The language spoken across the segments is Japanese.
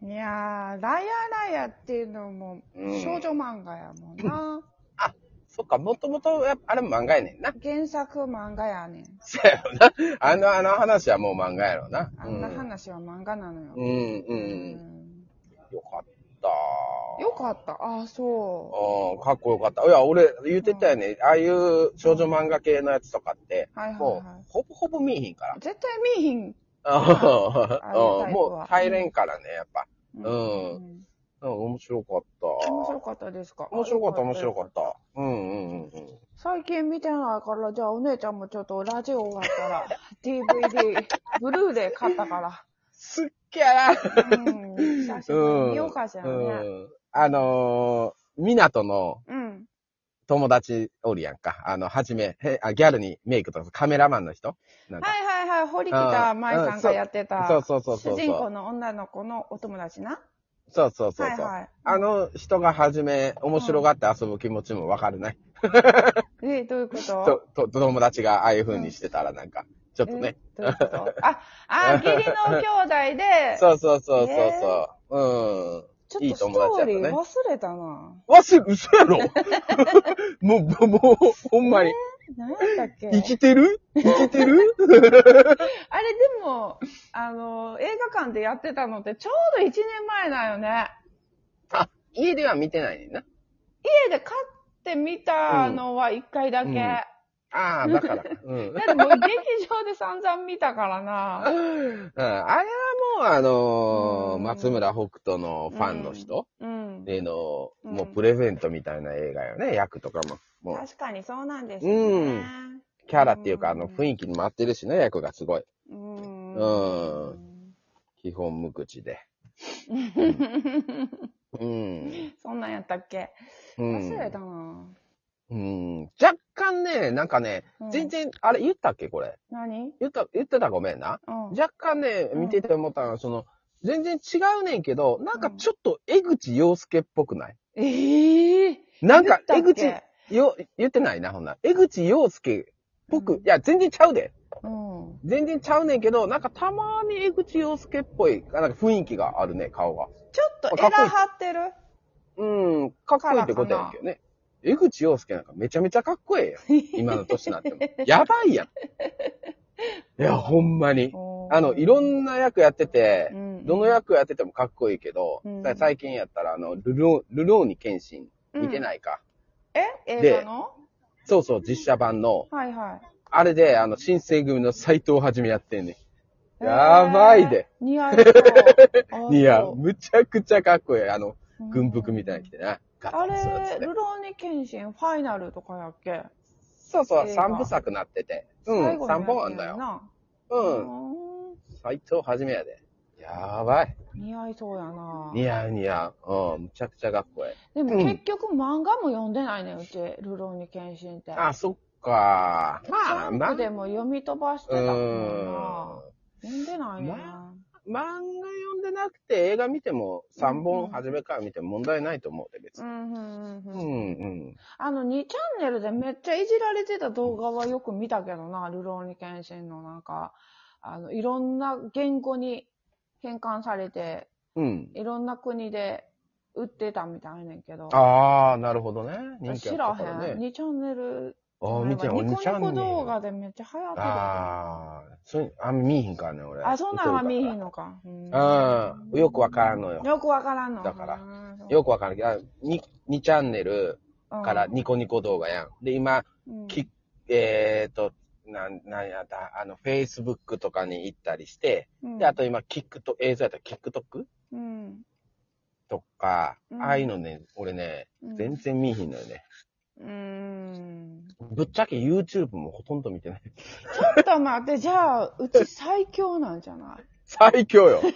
いやー、ラヤラヤっていうのもうん少女漫画やもんな。そっか、もともと、やっぱあれも漫画やねんな。 原作漫画やねん。そうやろな。あの、あの話はもう漫画やろな。あんな話は漫画なのよ。うん、うん、う。うんよかった。よかった。ああ、そうん、かっこよかった。いや、俺、言ってたよね。ああいう少女漫画系のやつとかって、う。はいはいもはう、ほぼほぼ見えへんからい。。絶対見えひん。 あのうタんイプはもう、入れんからね、やっぱ。ううんん。うん、面白かった。面白かったですか面白かった、面白かた。った。うん、うん、うんうん。最近見てないから、じゃあお姉ちゃんもちょっとラジオ終わったら、DVD、ブルーレイ買ったから。すっげえな うん。久しぶりに見ようかしらうね。ん。あのー、港のうん。友達おるやんか。あの、はじめ、へあギャルにメイクとか、カメラマンの人なんか。はいはいはい、堀北舞さんがやってた、そうそうそうそう。主人公の女の子のお友達な。そうそうそうそう。はいはい。あの人がはじめ、面白がって遊ぶ気持ちもわかるね。え、どういうことと、と、友達がああいう風にしてたらなんか、ちょっとね。えどういうこと あ、あ、義理の兄弟で、そうそうそうそうそう。うん。ちょっとストーリいいー友達やっ忘れたな。わし、嘘や ろもう、もう、ほんまに。何やったっ け生きてる生きてるあれでも、あの、映画館でやってたのってちょうど1年前だよね。あ、 家では見てないねんな。家で買ってみたのは1回だけ。うんだああ、だから。 うん。ってもう劇場で散々見たからな。うんあれはもう、あのーうん松村北斗のファンの人うん。での、うんもうプレゼントみたいな映画よね、役とかも。もう、確かにそうなんですよね。キャラっていうか、あの、うん雰囲気にも合ってるしね、役がすごい。うん。うん基本無口で。 うん。 そんなんやったっけうん。忘れたな。うん。若干ね、なんかね、うん全然、あれ言ったっけこれ。何言った、言ってたらごめんな。うん。若干ね、うん見てて思ったのは、その、全然違うねんけど、なんかうんちょっと江口洋介っぽくないええなんか、江口言ったっよ、言ってないな、ほんなら江口洋介っぽく、うんいや、全然ちゃうで。けうん。全然ちゃうねんけど、なんかたまに江口洋介っぽい、なんか雰囲気があるね、顔が。ちょっとエラ張ってるうん、かっこいいってことやねんけどね。江口洋介なんかめちゃめちゃかっこえ えやん。今の年になっても。やばいやん。いや、ほんまに。あの、いろんな役やってて、どの役やっててもかっこいいけど、うんさ最近やったら、あの、ルロー、ルローニケンシン、見てい。ないか。え映画のそうそう、実写版の、はいはい。あれで、あの、新選組の斎藤はじめやってんねん。やばいで。えー。似合い そう。いや、そうむちゃくちゃかっこいい。あの、軍服みたいに着。てな。ガあッツリすれ、るやつねルローニケンシンファイナルとかやっけそうそう、映画三部作なってて。う最ん、後のや三つ本あんだよ。なうん、う斎藤はじめやで。やばい。ーん似合いそうやな似合う似合う。うん、むちゃくちゃかっこいい。でもうん結局漫画も読んでないね、うち、ルローニケンシンって。あ、そっか。まあ、ジャまンプでも読み飛ばしてうたもんんな。。読んでないね。ま漫画読んでなくて映画見ても3本初めから見ても問題ないと思うで別うに。んうんううんうん、んうん。あの2チャンネルでめっちゃいじられてた動画はよく見たけどな、ルローニケンシンのなんか、あの、いろんな言語に変換されて、うん。いろんな国で売ってたみたいやねんけど。ああ、なるほどね。人気知あらったからへん。ね。 2チャンネル。ああ、見てニん、コ俺ニ見ちゃうねコん。動画でめっちゃ流行ってた。ああ、そういう、あんま見えひんからね、俺。あ、そんなんは見えひんの。のか。うんうん。よくわからんのよ。よくわからんの。だからうんよくわからんけど、あに、2チャンネルからニコニコ動画やん。で、今、うんきえっ、ー、と、なん、なんやった、あの、Facebook とかに行ったりして、うんで、あと今、キックと、映像やったら TikTok? うんとか、うんああいうのね、俺ね、うん全然見えひんのよね。うん。ぶっちゃけ YouTube もほとんど見てない。 ちょっと待って、じゃあ、うち最強なんじゃ ない最強よ。うん。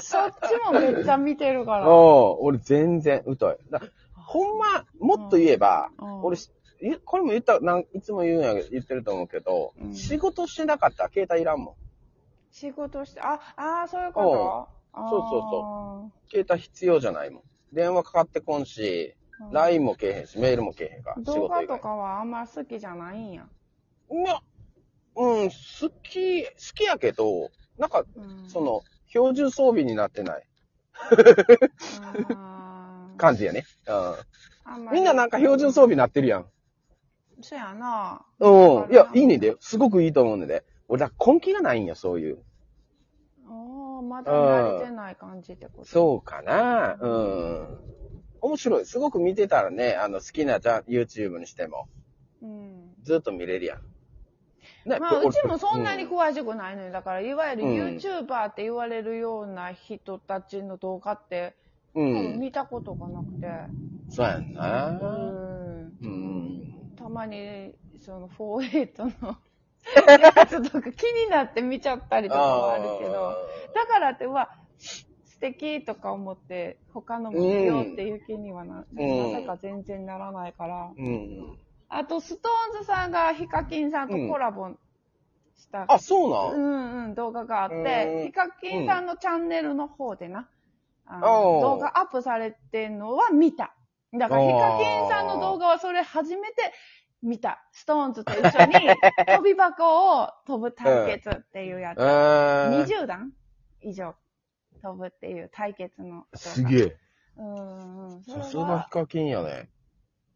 そっちもめっちゃ見てる から。お俺全然疎い。だほんま、もっと言えば、うん俺、、ゆこれも言った、なんいつも言うんやけど、言ってると思うけど、うん仕事してなかったら携帯いらんもん。仕事して、あ、あーそういうことそう携帯必要じゃないもん。電話かかってこんし、そう LINE もけえへんし、メールもけえへんから、仕動事画以と外。かはあんま好きじゃないんや。いや、うん、好き、好きやけど、なんか、うんそ、の、標準装備になってないあー感じやね。あうんまん。みりんななんか標準装備になってるやん。そうやな。うん。いや、いいねんだよ。すごくいいと思うねんで。俺ら根気がないんよ、そういう。おーまだ慣れてない感じってこと。そうかな。うん。面白い。すごく見てたらね、あの、好きなジャン YouTube にしても、う。うん。ずっと見れるやん。ねまあ、これうちもそんなにう詳しくないのよ。だから、いわゆるうん YouTuber って言われるような人たちの動画って、う多ん分。見たことがなくて。そうやんなう。ん。うん。たまに、その、48の やつとか気になって見ちゃったりとかはあるけど。だからって、うわ、素敵とか思って、他のも見ようっていう気にはな、うんなぜか全然ならないから。ど。うん。あと、ストーンズさんがヒカキンさんとコラボした、あ、そううなんんうん、動画があっうんて、ヒカキンさんのチャンネルの方でな、あのおう動画アップされてんのは見た。だから、おうヒカキンさんの動画はそれ初めて見た。ストーンズと一緒 に飛び箱を飛ぶ対決っていうやつ。えー。 20段以上飛ぶっていう対決の動画。すげえ。うんうん。そさすれがはヒカキンやね。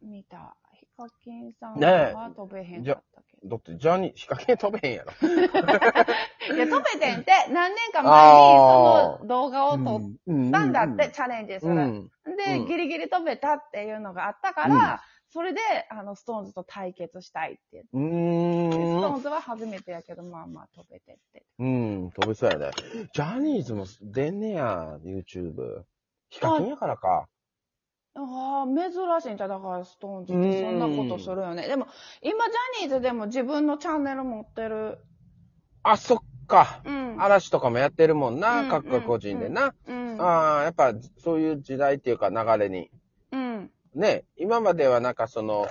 見た。ヒカキンさんねえは飛べへんかったけど。だって、ジャニー、ヒカキン飛べへんやろ。いや、飛べてんって、何年か前にあーその動画を撮っうんたんだって、。チャレンジする。うんうん。で、うんギリギリ飛べたっていうのがあったから、うんそれで、あの、ストーンズと対決したいって言って、うストーーんンズは初めてやけど、まあまあ飛べてって。うん、飛びそうやね。ジャニーズも出んねや、YouTube。ヒカキンやからか。ああ、珍しいんじゃう、だからストーンズってそんなことするよね。でも、今、ジャニーズでも自分のチャンネル持ってる。あ、そっか。うん。嵐とかもやってるもんうな、ん各々個人でな。うん。ああ、やっぱ、そういう時代っていうか流れに。うん。ね、今まではなんかその、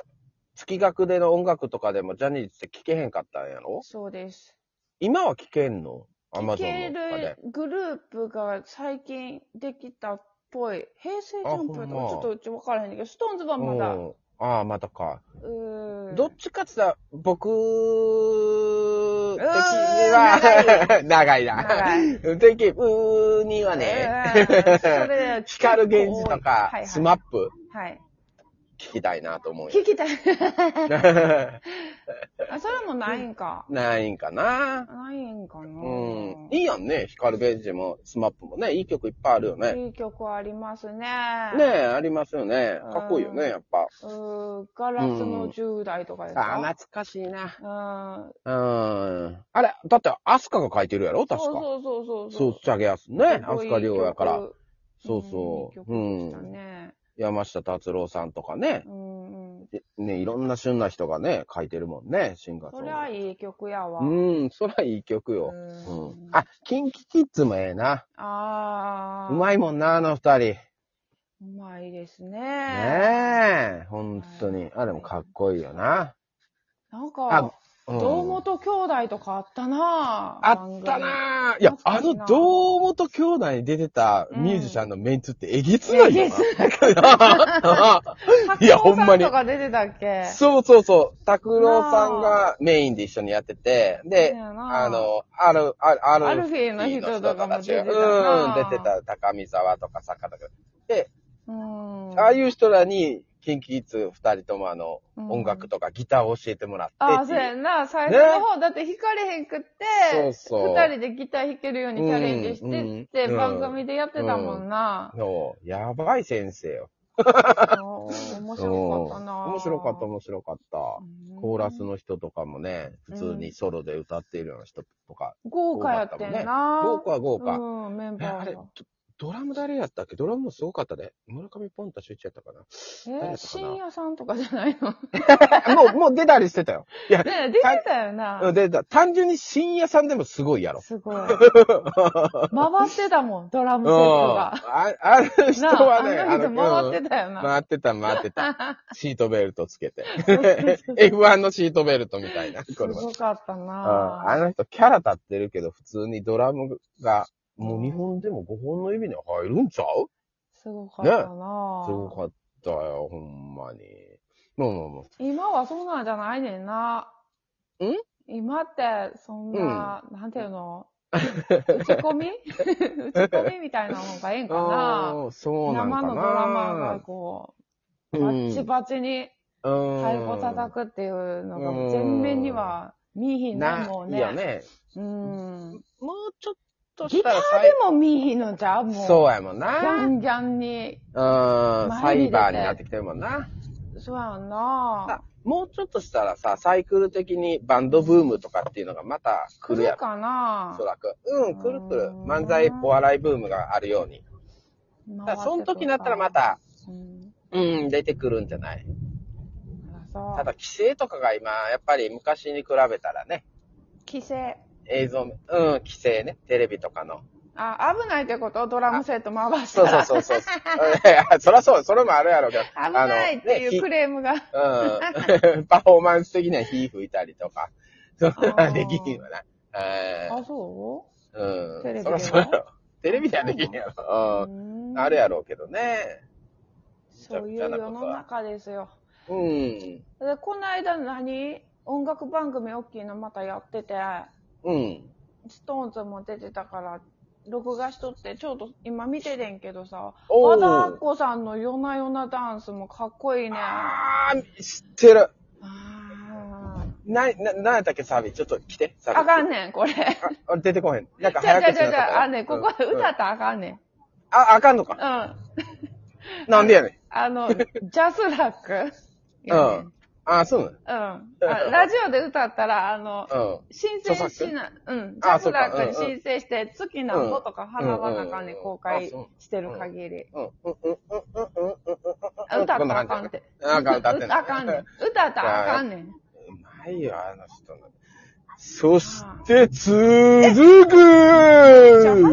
月額での音楽とかでもジャニーズって聞けへんかったんやろそうです。今は聞けんのアマ聞ゾけンとかるで。グループが最近できたっぽい。平成ジャンプとかあちほんまょっとうち分からへんねんけど、ストーンズはまだ。ううんああ、またか。ーん。どっちかって言ったら、僕的にうは、 長い長いな。的にはね、うんそれ光源氏とはいかは、い、スマップはい。聞きたいなと思う よ。聞きたい。あ、それもないんか。ないんかな。ないんかな。うん。いいやんね、光源氏もスマップもね、いい曲いっぱいあるよね。いい曲ありますね。ねえ、ありますよね。かっこいいよね、やっぱ。うーガラスの10代とかですあー、か、懐かしいな。うん、うん。あれ、だって、アスカが書いてるやろ確か。そうそうそうそそうう。、ちゃげやすね。アスカ亮やから。そうそ。いうい曲でうしたん。ね。山下達郎さんとかねう。んうん。いね、いろんな旬な人がね、書いてるもんね、シンガーソそングりゃいい曲やわ。うん、そりゃいい曲よ。う。うんあ、キンキキッズもええな。ああ。うまいもんな、あの二人。ねうまいですね。え、ほんとに。あれもかっこいいよな。なんあか、うん堂本兄弟とかあったなあったなぁ。いや、あ懐かしいなの、堂本兄弟に出てたミュージシャンのメンツってえげつ番組ないいや、よゲな。スいやほんま拓に郎さとか出てたっけ そうそうそう。拓郎さんがメインで一緒にやってて、そうで、やなあ、の、ある、ある、ある、アルフィーの人とかも出てたなうん、出てた。高見沢とか坂田君。で、うん。ああいう人らに、キンキッズ二人ともあの、うん音楽とかギターを教えてもらってっていう。ああ、そうやんな。最初の方、だって弾かれへんくって、そうそう二人でギター弾けるようにチャレンジしてって、うんうん番組でやってたもんな。そうやばい先生よ。おー面白かったな。うん面白かった、面白かった。うんコーラスの人とかもね、普通にソロで歌っているような人とか。豪華やってんな。豪華豪華。うん、メンえ、バあーれが。、ドドラム誰やったっけドラムもすごかったで。村上ポンタ集中やったか誰やったかえ、な深夜さんとかじゃないのね な。もう、もう出たりしてたよ。いや、え出てたようんな。出てた。単純に深夜さんでもすごいやろ。すごい。回ってたもん、ドラムうセん。ットがあ。あの人なあ、はあね、の人回っうんてたよな。回ってた、回っ てた。シートベルトつけて。す F1 のシートベルトみたいな。これはごかったうんな。あの人キャラ立ってるけど、普通にドラムが、もう日本でも5本の指に入るんちゃうすごかったな。すごかったよ、ほんまに。もうもうもう。今はそうなんじゃないねんな。ん今って、そんな、なんていうの打ち込み打ち込みみたいなのがええんかな。ああ、そうなんかな。生のドラマがこう、バッチバチに太鼓叩くっていうのが全面には見いひんな、もうね。いやね。うん。もうちょっとギしターたらでさもい見いひんのじゃうもう。そうやもんギャな。ンギャンに。うん、サ前に出てイバーになってきてるもんな。そうやんな。あもうちょっとしたらさ、サイクル的にバンドブームとかっていうのがまた来来るやるん。かなおそらく。うん、来る来うるー。ん漫才、お笑いブームがあるように。だからその時になったらま。た、回ってくるかうんうん、出てくるんじゃないあそうただ、規制とかが今、やっぱり昔に比べたらね、規制。映像、うん、規制ね、テレビとかの。あ、危ないってことドラムセット回したそうら。そうそうそう。いやそらそう、それもあるやろうけど。 危ないっていうクレレーム が。うん。 パフォーマンス的には火吹いたりとか。そんなできひんわな。あ、そうん。テレビでそはらそうやろ。テレビではできひんやうろ。ううんん。あるやろうけどね。そういう世の中ですよ。うん。で、この間何音楽番組大きいのまたやってて、うん。ストーンズも出てたから、録画しとって、ちょうど今見ててんけどさ、お和ー田アッコさんの夜な夜なダンスもかっこいいね。ああー、知ってる。ーな、な、なんやったっけ、サビ。ちょっと来て、サビ。あかんねん、これ。じあ、俺出てこへん。なんかゃじゃ早じゃじ口になったからゃ、あね、ここうん歌ったらあかんねん。あ、あかんのうか。ん。なんでやねん。あ の、ジャスラックやねん。うんあ、そうなうん。あラジオで歌ったら、あの、の申請しな、うん。ジあャスそうかラックに申請して、月何個とか払わなあかんねん、うん公開してる限り。うん。うん、うん、うん、うん、うん、うん、うん。あ歌ったらあかんって。なんか歌って歌あかん ねん。歌ったらあかんねん。うまいよ、あの人の。そして、続く